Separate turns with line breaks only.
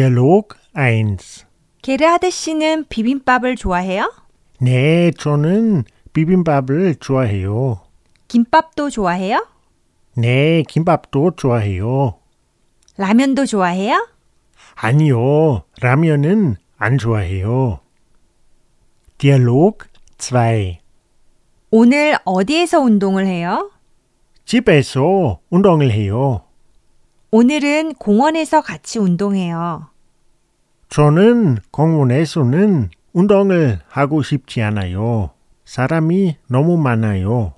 Dialog 1.
게르하드 씨는 비빔밥을 좋아해요?
네, 저는 비빔밥을 좋아해요.
김밥도 좋아해요?
네, 김밥도 좋아해요.
라면도 좋아해요?
아니요, 라면은 안 좋아해요. Dialog 2.
오늘 어디에서 운동을 해요?
집에서 운동을 해요.
오늘은 공원에서 같이 운동해요.
저는 공원에서는 운동을 하고 싶지 않아요. 사람이 너무 많아요.